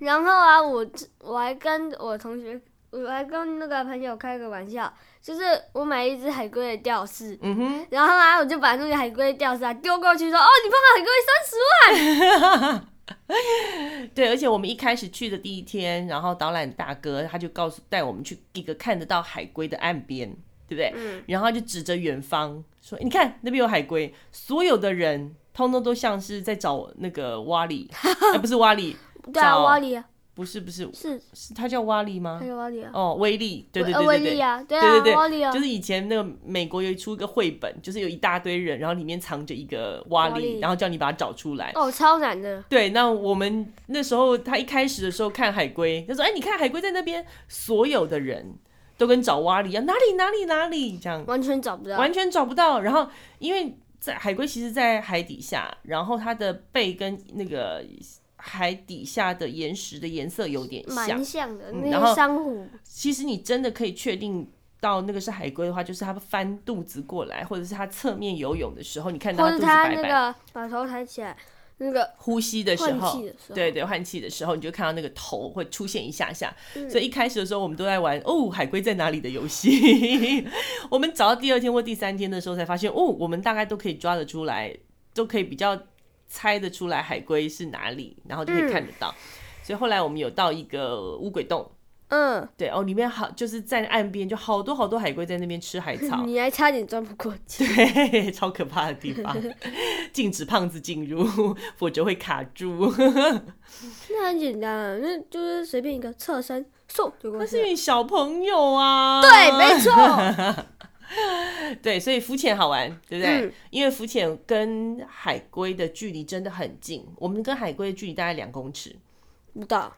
Speaker 1: 然后啊，我这我还跟我同学，我还跟那个朋友开个玩笑，就是我买一只海龟的吊饰，
Speaker 2: 嗯哼，
Speaker 1: 然后啊，我就把那个海龟的吊饰啊丢过去说，哦，你碰到海龟三十万，
Speaker 2: 对，而且我们一开始去的第一天，然后导览大哥他就告诉带我们去一个看得到海龟的岸边，对不对？
Speaker 1: 嗯，
Speaker 2: 然后他就指着远方说：“你看那边有海龟。”所有的人通通都像是在找那个蛙 里，呃不是蛙里，
Speaker 1: 对啊，
Speaker 2: 找
Speaker 1: 瓦里啊，
Speaker 2: 不是不是，
Speaker 1: 是
Speaker 2: 是他叫蛙里吗
Speaker 1: 还？有瓦里啊，
Speaker 2: 哦，威力，对对
Speaker 1: 呃
Speaker 2: 对
Speaker 1: 威
Speaker 2: 对
Speaker 1: 力
Speaker 2: 对。
Speaker 1: 啊，对
Speaker 2: 对对对
Speaker 1: 啊，瓦里啊
Speaker 2: 就，是以前那个美国有出一个绘本，就是有一大堆人，然后里面藏着一个蛙
Speaker 1: 蛙
Speaker 2: 里，
Speaker 1: 力
Speaker 2: 然后叫你把它找出来。
Speaker 1: 哦，超难的，
Speaker 2: 对，那我们那时候他一开始的时候看海龟，他说：“哎，你看海龟在那边。”所有的人都跟找蛙里一样，哪里哪里哪里这样。
Speaker 1: 完全找不到，
Speaker 2: 完全找不到。然后因为在海龟其实，在海底下，然后它的背跟那个海底下的岩石的颜色有点像
Speaker 1: 蛮。像的，
Speaker 2: 嗯
Speaker 1: 那
Speaker 2: 然后
Speaker 1: 些珊瑚，
Speaker 2: 其实你真的可以确定到那个是海龟的话，就是它翻肚子过来，或者是它侧面游泳的时候，你看到它
Speaker 1: 或者
Speaker 2: 肚子
Speaker 1: 它
Speaker 2: 白
Speaker 1: 那
Speaker 2: 白，
Speaker 1: 个把头抬起来，那个
Speaker 2: 呼吸的时
Speaker 1: 换
Speaker 2: 候
Speaker 1: 气。的时候，
Speaker 2: 对对，换气的时候，你就看到那个头会出现一下下，
Speaker 1: 嗯
Speaker 2: 所以一开始的时候，我们都在玩“哦，海龟在哪里”的游戏。 我们找到第二天或第三天的时候，才发现哦，我们大概都可以抓得出来，都可以比较猜得出来海龟是哪里，然后就可以看得到。所以后来我们有到一个乌鬼洞，
Speaker 1: 嗯，
Speaker 2: 对哦，里面好就是在岸边就好多好多海龟在那边吃海草，
Speaker 1: 你还差点钻不过去。
Speaker 2: 对， 超可怕的地方，禁止胖子进入， 否则会卡住。
Speaker 1: 那很简单啊，那就是随便一个侧身送就过
Speaker 2: 那
Speaker 1: 去
Speaker 2: 是
Speaker 1: 了。
Speaker 2: 你小朋友啊，
Speaker 1: 对，没 错，
Speaker 2: 对，所以浮潜好玩，对不对？
Speaker 1: 嗯
Speaker 2: 因为浮潜跟海龟的距离真的很近，我们跟海龟的距离大概两公尺
Speaker 1: 不到，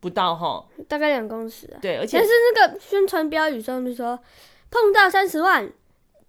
Speaker 2: 不到哈。
Speaker 1: 大概两公尺、啊。
Speaker 2: 对，而
Speaker 1: 但
Speaker 2: 且
Speaker 1: 是那个宣传标语上面说，碰到三十万，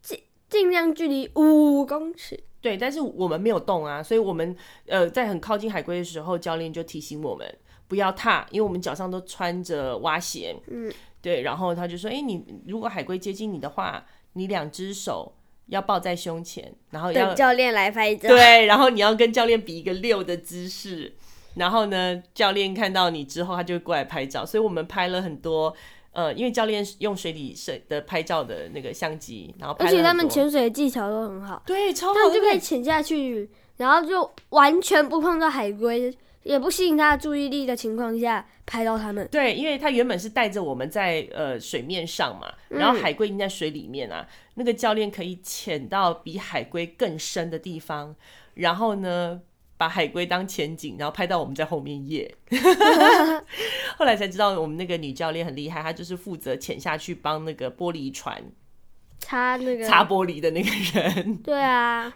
Speaker 1: 尽尽量距离五公尺。
Speaker 2: 对，但是我们没有动啊，所以我们呃在很靠近海龟的时候，教练就提醒我们不要踏，因为我们脚上都穿着蛙鞋。
Speaker 1: 嗯，
Speaker 2: 对，然后他就说：“哎，你如果海龟接近你的话，你两只手要抱在胸前，然后要
Speaker 1: 等教练来拍 照。
Speaker 2: 对，然后你要跟教练比一个六的姿势，然后呢，教练看到你之后，他就会过来拍照。所以我们拍了很多，呃，因为教练用水底摄的拍照的那个相机，然后拍
Speaker 1: 而
Speaker 2: 了
Speaker 1: 且
Speaker 2: 很
Speaker 1: 他们
Speaker 2: 多
Speaker 1: 潜水的技巧都很好，
Speaker 2: 对超
Speaker 1: 他
Speaker 2: 好
Speaker 1: 们
Speaker 2: 对
Speaker 1: 就
Speaker 2: 不
Speaker 1: 可
Speaker 2: 对
Speaker 1: 以潜下去，然后就完全不碰到海龟，也不吸引他的注意力的情况下拍到他们。
Speaker 2: 对，因为他原本是带着我们在呃水面上嘛，然后海龟已经在水里面啊，那个教练可以潜到比海龟更深的地方，然后呢把海龟当前景，然后拍到我们在后面耶。 后来才知道我们那个女教练很厉害，她就是负责潜下去帮那个玻璃船
Speaker 1: 擦那个，
Speaker 2: 擦玻璃的那个人。
Speaker 1: 对啊，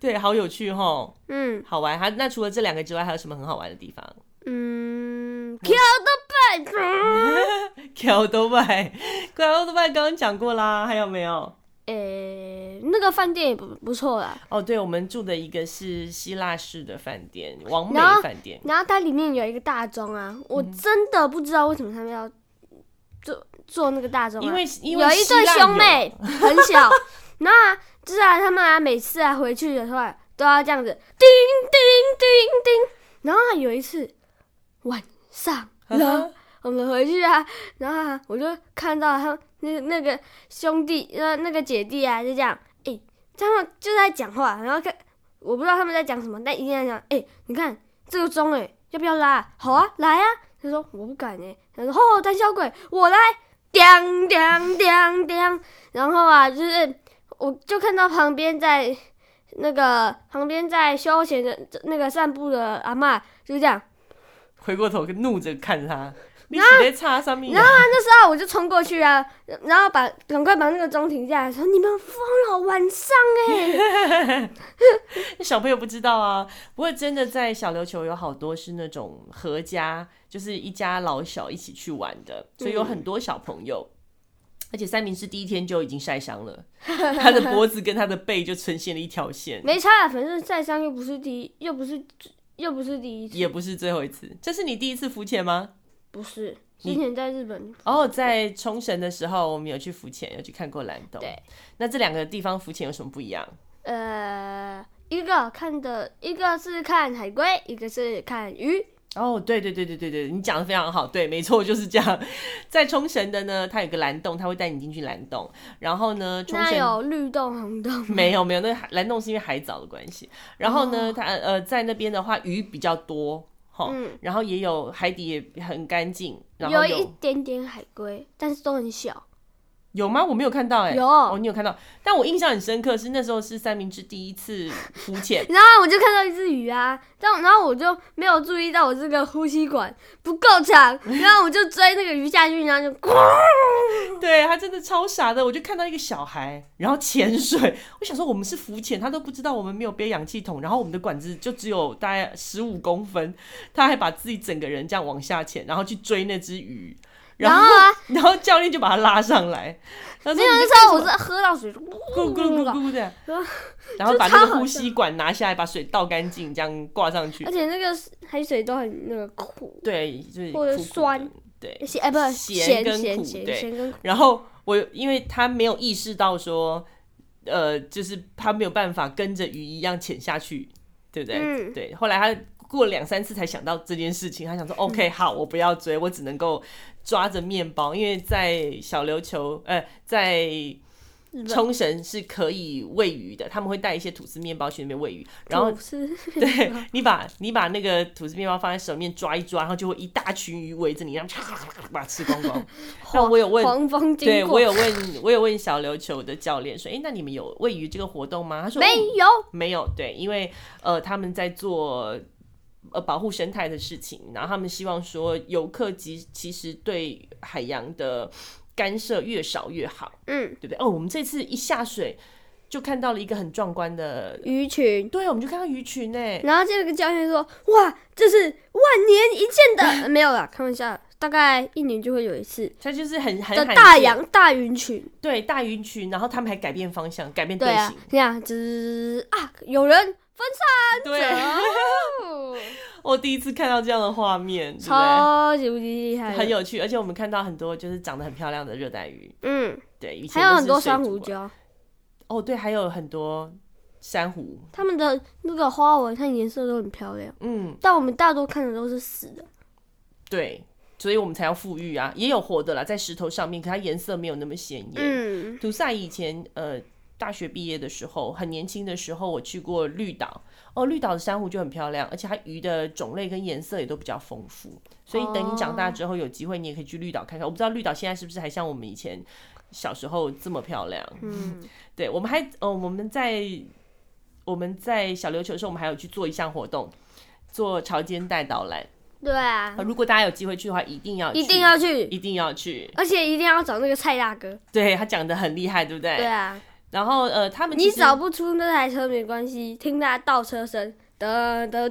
Speaker 2: 对，好有趣吼，
Speaker 1: 嗯
Speaker 2: 好玩。还那除了这两个之外，还有什么很好玩的地方？
Speaker 1: 嗯，Q 的 back，
Speaker 2: Kyoto b 拜，Kyoto b 拜刚刚讲过啦，还有没有？
Speaker 1: 诶，那呃那个饭店也不不错啦。
Speaker 2: 哦，对，我们住的一个是希腊式的饭店，王美
Speaker 1: 然后
Speaker 2: 饭店。
Speaker 1: 然后它里面有一个大钟啊，我
Speaker 2: 嗯
Speaker 1: 真的不知道为什么他们要做做那个大钟、啊，
Speaker 2: 因为因为
Speaker 1: 有一
Speaker 2: 希
Speaker 1: 对
Speaker 2: 腊
Speaker 1: 兄妹很小， 然后啊，就是啊，他们啊，每次啊回去的时候啊，都要这样子叮叮叮叮叮。然后啊，有一次晚上，
Speaker 2: 有，
Speaker 1: 然后我们回去啊，然后啊，我就看到他们那那个兄弟呃那个姐弟啊，就这样，哎、他们就在讲话，然后看我不知道他们在讲什么，但一定在讲，哎、你看这个钟哎、要不要拉啊？好啊，来啊！他说我不敢哎、他说哦，胆小鬼，我来，叮叮叮叮。然后啊，就是我就看到旁边在那个旁边在休闲的那个散步的阿嬷，就这样。
Speaker 2: 回过头怒着看他，你是在插上面啊，
Speaker 1: 那时候我就冲过去啊， 然后把赶快把那个钟停下来，说你们疯了，晚上
Speaker 2: 小朋友不知道啊。不过真的在小琉球有好多是那种合家，就是一家老小一起去玩的，所以
Speaker 1: 嗯
Speaker 2: 有很多小朋友。而且三明治第一天就已经晒伤了，他的脖子跟他的背就呈现了一条线。
Speaker 1: 没差啊，反正晒伤又不是第一，又不是又不是第一次，
Speaker 2: 也不是最后一次。这是你第一次浮潜吗？
Speaker 1: 不是
Speaker 2: 你
Speaker 1: 之前在日本
Speaker 2: 哦，在冲绳的时候，我们有去浮潜，有去看过蓝洞。
Speaker 1: 对，
Speaker 2: 那这两个地方浮潜有什么不一样？
Speaker 1: 呃，一个看的，一个是看海龟，一个是看鱼。
Speaker 2: 哦，对对对对对对，你讲的非常好，对，没错，就是这样。在冲绳的呢，它有个蓝洞，它会带你进去蓝洞。然后呢，冲
Speaker 1: 那
Speaker 2: 绳
Speaker 1: 有绿洞、红洞，
Speaker 2: 没有没有，那个海蓝洞是因为海藻的关系。然后呢，它呃在那边的话，鱼比较多，哈、然后也有海底也很干净。然后
Speaker 1: 有一点点海龟，但是都很小。
Speaker 2: 有吗？我没有看到哎、
Speaker 1: 有，
Speaker 2: 哦，你有看到？但我印象很深刻是那时候是三明治第一次浮潜
Speaker 1: 然后我就看到一只鱼啊，但然后我就没有注意到我这个呼吸管不够长，然后我就追那个鱼下去，然后就咕
Speaker 2: 对他真的超傻的，我就看到一个小孩，然后潜水，我想说我们是浮潜，他都不知道我们没有背氧气筒，然后我们的管子就只有大概十五公分，他还把自己整个人这样往下潜，然后去追那只鱼， 然
Speaker 1: 然
Speaker 2: 后
Speaker 1: 后啊，
Speaker 2: 然后教练就把他拉上来，没有
Speaker 1: 没有那时候我是喝到水，咕咕
Speaker 2: 咕咕
Speaker 1: 嗯
Speaker 2: 咕咕咕的，然后把那个呼吸管拿下来，把水倒干净，这样挂上去
Speaker 1: 而。且那个海水都很那个苦，
Speaker 2: 对，就是
Speaker 1: 或者
Speaker 2: 苦苦的
Speaker 1: 酸，
Speaker 2: 对。
Speaker 1: 咸哎不是
Speaker 2: 咸
Speaker 1: 咸
Speaker 2: 跟
Speaker 1: 咸
Speaker 2: 苦
Speaker 1: 咸
Speaker 2: 对
Speaker 1: 咸跟苦，
Speaker 2: 然后我因为他没有意识到说，呃，就是他没有办法跟着鱼一样潜下去，对不对？
Speaker 1: 嗯
Speaker 2: 对。后来他过了两三次才想到这件事情，他想
Speaker 1: 嗯
Speaker 2: 说、o k 好，我不要追，我只能够抓着面包，因为在小琉球，呃，在
Speaker 1: 日本
Speaker 2: 冲绳是可以喂鱼的，他们会带一些吐司面包去那边喂鱼，然后
Speaker 1: 吐 司
Speaker 2: 对你把你把那个吐司面包放在手里面抓一抓，然后就会一大群鱼围着你，然后把它吃光 光。那我有问
Speaker 1: 黄蜂经
Speaker 2: 对
Speaker 1: 过，
Speaker 2: 我有问，我有问小琉球的教练说，哎、那你们有喂鱼这个活动吗？他说
Speaker 1: 没
Speaker 2: 嗯
Speaker 1: 有，
Speaker 2: 没有，对，因为呃他们在做呃保护生态的事情，然后他们希望说游客其其实对海洋的干涉越少越好，
Speaker 1: 嗯，
Speaker 2: 对不对？哦，我们这次一下水就看到了一个很壮观的，
Speaker 1: 鱼群。
Speaker 2: 对，我们就看到鱼群哎呢、
Speaker 1: 然后这个教练说：“哇，这是万年一见的，呃 没有啦，开玩笑，大概一年就会有一次
Speaker 2: 它就是很很
Speaker 1: 的
Speaker 2: 罕
Speaker 1: 大
Speaker 2: 见
Speaker 1: 洋大云群。
Speaker 2: 对大鱼群，然后他们还改变方向，改”变队
Speaker 1: 对啊
Speaker 2: 形，，
Speaker 1: 这样子啊，有人
Speaker 2: 对，
Speaker 1: 啊走，
Speaker 2: 我第一次看到这样的画面， 对不对？
Speaker 1: 超级无敌厉害的，
Speaker 2: 很有趣，而且我们看到很多就是长得很漂亮的热带鱼，
Speaker 1: 嗯，
Speaker 2: 对，以前
Speaker 1: 还有
Speaker 2: 都
Speaker 1: 很
Speaker 2: 是
Speaker 1: 多
Speaker 2: 水
Speaker 1: 珊
Speaker 2: 族
Speaker 1: 瑚
Speaker 2: 啊，
Speaker 1: 礁，
Speaker 2: 哦，对，还有很多珊瑚，
Speaker 1: 它们的那个花纹和颜色都很漂亮，
Speaker 2: 嗯，
Speaker 1: 但我们大多看的都是死的，
Speaker 2: 对，所以我们才要富裕啊，也有活的啦，在石头上面，可它颜色没有那么鲜艳。
Speaker 1: 嗯，
Speaker 2: 土塞以前呃大学毕业的时候，很年轻的时候，我去过绿岛，哦，绿岛的珊瑚就很漂亮，而且它鱼的种类跟颜色也都比较丰富，所以等你长大
Speaker 1: 哦
Speaker 2: 之后有机会，你也可以去绿岛看看。我不知道绿岛现在是不是还像我们以前小时候这么漂亮，
Speaker 1: 嗯，
Speaker 2: 对，我们还呃，我们在我们在小琉球的时候，我们还有去做一项活动，做潮间带导览、
Speaker 1: 对啊
Speaker 2: 呃。，如果大家有机会去的话，一定要
Speaker 1: 一
Speaker 2: 去
Speaker 1: 定要去，
Speaker 2: 一定要去。
Speaker 1: 而且一定要找那个蔡大哥，
Speaker 2: 对他讲的很厉害，对不对？
Speaker 1: 对啊。
Speaker 2: 然后呃，他们其
Speaker 1: 你
Speaker 2: 实
Speaker 1: 找不出那台车没关系，听它倒车声，噔噔噔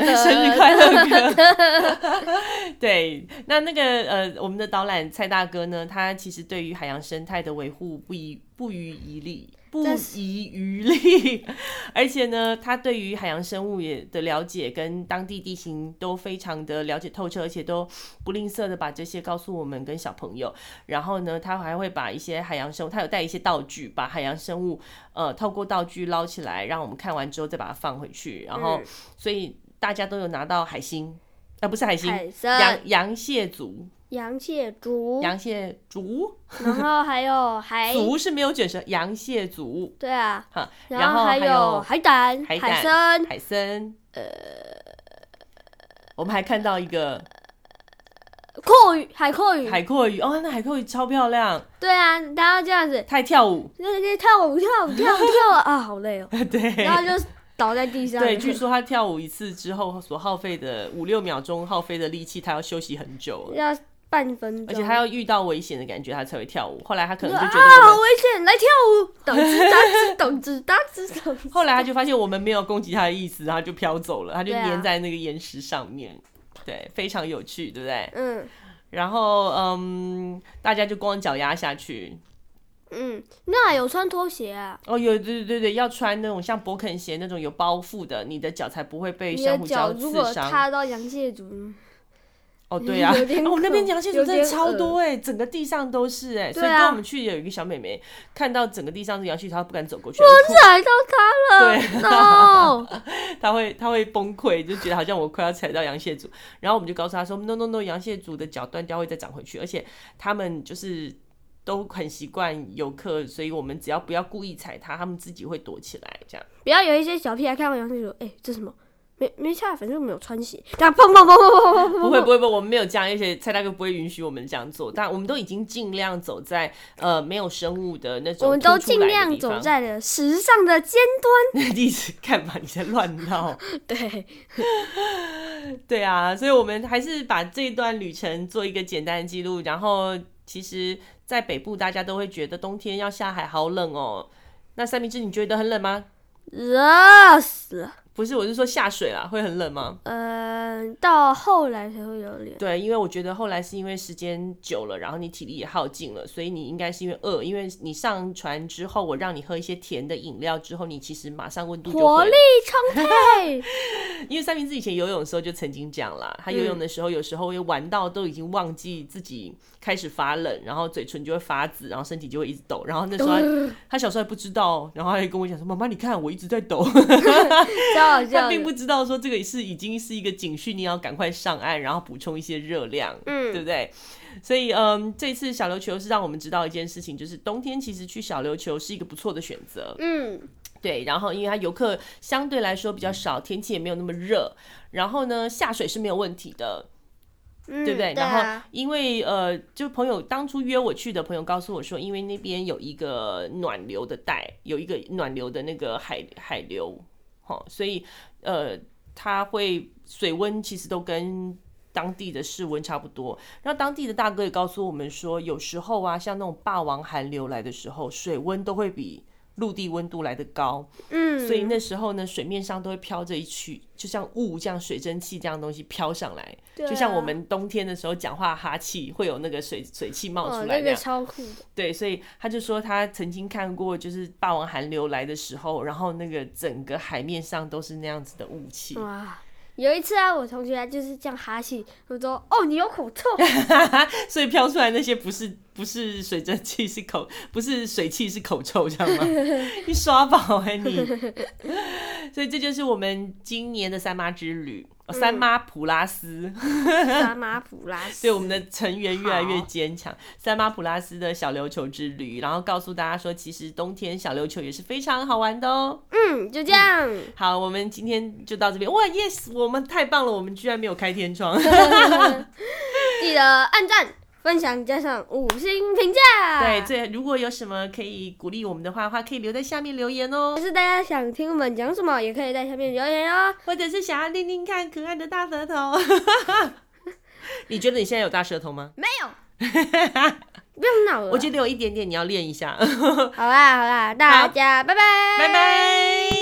Speaker 2: 生日快乐歌。 对，那那个呃，我们的导览蔡大哥呢，他其实对于海洋生态的维护不遗不遗余力。不
Speaker 1: 但是
Speaker 2: 遗余力。而且呢，他对于海洋生物也的了解跟当地地形都非常的了解透彻，而且都不吝啬的把这些告诉我们跟小朋友。然后呢，他还会把一些海洋生物，他有带一些道具，把海洋生物呃透过道具捞起来，让我们看完之后再把它放回去。然后，
Speaker 1: 嗯
Speaker 2: 所以大家都有拿到海星，啊、不是海星，
Speaker 1: 海参、
Speaker 2: 羊羊蟹足，
Speaker 1: 羊蟹足，
Speaker 2: 羊蟹足
Speaker 1: 然后还有海，
Speaker 2: 足是没有卷舌，羊蟹足
Speaker 1: 对啊，
Speaker 2: 哈，
Speaker 1: 然
Speaker 2: 然后
Speaker 1: 还
Speaker 2: 还有
Speaker 1: 海胆、
Speaker 2: 海胆
Speaker 1: 海参，
Speaker 2: 海参，呃，我们还看到一个
Speaker 1: 阔鱼、海阔鱼，
Speaker 2: 海阔鱼，哦，那海阔鱼超漂亮，
Speaker 1: 对啊，然后这样子，
Speaker 2: 它还跳舞，
Speaker 1: 那那跳舞跳舞跳舞跳舞啊，好累哦，然后
Speaker 2: 对。
Speaker 1: 就倒在地上，
Speaker 2: 对，据说它跳舞一次之后所耗费的五六秒钟耗费的力气，它要休息很久，
Speaker 1: 要半分钟，
Speaker 2: 而且它要遇到危险的感觉，它才会跳舞。后来它可能
Speaker 1: 说
Speaker 2: 就觉
Speaker 1: 啊，
Speaker 2: 得
Speaker 1: 好
Speaker 2: 我们，
Speaker 1: 危险，来跳 舞，咚吱哒吱，咚吱哒吱，咚吱。
Speaker 2: 后来它就发现我们没有攻击它的意思，然后就飘走了，它就
Speaker 1: 对啊
Speaker 2: 粘在那个岩石上面。对，非常有趣，对不对？
Speaker 1: 嗯
Speaker 2: 然后，嗯，大家就光脚丫下去，
Speaker 1: 嗯，那有穿拖鞋啊？
Speaker 2: 哦，有对对对对，要穿那种像勃肯鞋那种有包覆的，你的脚才不会被
Speaker 1: 你
Speaker 2: 珊
Speaker 1: 的
Speaker 2: 瑚
Speaker 1: 脚
Speaker 2: 礁
Speaker 1: 如
Speaker 2: 刺
Speaker 1: 果
Speaker 2: 伤。
Speaker 1: 踏到羊蟹足呢，
Speaker 2: 哦，对呀、啊，
Speaker 1: 有点
Speaker 2: 哦，那边
Speaker 1: 恐
Speaker 2: 羊蟹
Speaker 1: 有
Speaker 2: 足真的
Speaker 1: 点
Speaker 2: 超
Speaker 1: 恶
Speaker 2: 多哎，整个地上都是哎，所以
Speaker 1: 对啊
Speaker 2: 跟我们去有一个小妹妹看到整个地上是羊蟹足，她不敢走过去，
Speaker 1: 踩到它了
Speaker 2: 对
Speaker 1: ，no，
Speaker 2: 她会她会崩溃，就觉得好像我快要踩到羊蟹足。然后我们就告诉她说，no no no，羊蟹足的脚断掉会再长回去，而且他们就是。都很习惯游客，所以我们只要不要故意踩它，他们自己会躲起来。这样，
Speaker 1: 不要有一些小屁孩看到羊蟹足，哎，这什么？没没下，反正我没有穿鞋，然后砰砰砰 砰砰砰砰，
Speaker 2: 不会不会不会，我们没有这样，而且蔡大哥不会允许我们这样做。但我们都已经尽量走在呃没有生物的那种，
Speaker 1: 我们都尽量 走在了时尚的尖
Speaker 2: 那你是干嘛？你在乱闹？
Speaker 1: 端。 对，
Speaker 2: 对啊，所以我们还是把这段旅程做一个简单的记录。然后其实，在北部大家都会觉得冬天要下海好冷哦。那三明治你觉得很冷吗？
Speaker 1: 热死了。
Speaker 2: 不是，我是说下水啦，会很冷吗？
Speaker 1: 嗯，到后来才会有脸。
Speaker 2: 对，因为我觉得后来是因为时间久了，然后你体力也耗尽了，所以你应该是因为饿，因为你上船之后，我让你喝一些甜的饮料之后，你其实马上温度就
Speaker 1: 活
Speaker 2: 回
Speaker 1: 力
Speaker 2: 来。
Speaker 1: 充沛，
Speaker 2: 因为三明治以前游泳的时候就曾经这样啦，他游泳的时候有时候会玩到都已经忘记自己开始发冷，然后嘴唇就会发紫，然后身体就会一直抖，然后那时候他他小时候还不知道，哦然后他就跟我讲说：“妈妈，你看我一直在抖。”
Speaker 1: 超好笑
Speaker 2: 他
Speaker 1: 的
Speaker 2: 并不知道说这个是已经是一个警讯，你要赶快上岸，然后补充一些热量，
Speaker 1: 嗯
Speaker 2: 对不对？所以，嗯，这次小琉球是让我们知道一件事情，就是冬天其实去小琉球是一个不错的选择，
Speaker 1: 嗯，
Speaker 2: 对。然后，因为它游客相对来说比较少，天气也没有那么热，然后呢，下水是没有问题的，
Speaker 1: 嗯
Speaker 2: 对不对？
Speaker 1: 对
Speaker 2: 然
Speaker 1: 啊
Speaker 2: 后，因为呃，就朋友当初约我去的朋友告诉我说，因为那边有一个暖流的带，有一个暖流的那个海海流，哦，所以呃，它会水温其实都跟。当地的室温差不多，然后当地的大哥也告诉我们说，有时候啊，像那种霸王寒流来的时候，水温都会比陆地温度来的高，
Speaker 1: 嗯，
Speaker 2: 所以那时候呢，水面上都会飘着一曲，就像雾这样，水蒸气这样东西飘上来，
Speaker 1: 对啊
Speaker 2: 就像我们冬天的时候讲话哈气会有那个水水汽冒
Speaker 1: 哦
Speaker 2: 出来
Speaker 1: 那
Speaker 2: 那
Speaker 1: 个
Speaker 2: 样。
Speaker 1: 超酷的，
Speaker 2: 对，所以他就说他曾经看过，就是霸王寒流来的时候，然后那个整个海面上都是那样子的雾气。
Speaker 1: 哇！有一次啊，我同学啊就是这样哈气，我说哦，你有口臭，
Speaker 2: 所以飘出来那些不是不是水蒸气，是口不是水汽，是口臭，这 样吗？你耍宝哎、你！ 所以这就是我们今年的三妈之旅，哦
Speaker 1: 嗯
Speaker 2: 三妈普拉斯。
Speaker 1: 萨马普拉斯，
Speaker 2: 对我们的成员越来越坚强。三妈普拉斯的小琉球之旅，然后告诉大家说，其实冬天小琉球也是非常好玩的哦。
Speaker 1: 嗯，就这样，
Speaker 2: 好，我们今天就到这边。哇，yes，我们太棒了，我们居然没有开天窗。
Speaker 1: 记得按赞、分享加上五星评价。
Speaker 2: 对，，这如果有什么可以鼓励我们的话的话，可以留在下面留言哦
Speaker 1: 要，是大家想听我们讲什么，也可以在下面留言哦。
Speaker 2: 或者是想要听听看可爱的大舌头。你觉得你现在有大舌头吗？
Speaker 1: 没 有，不用闹了。
Speaker 2: 我觉得有一点点，你要练一下。
Speaker 1: 好啦好啦，大
Speaker 2: 好
Speaker 1: 家拜拜，
Speaker 2: 拜。拜。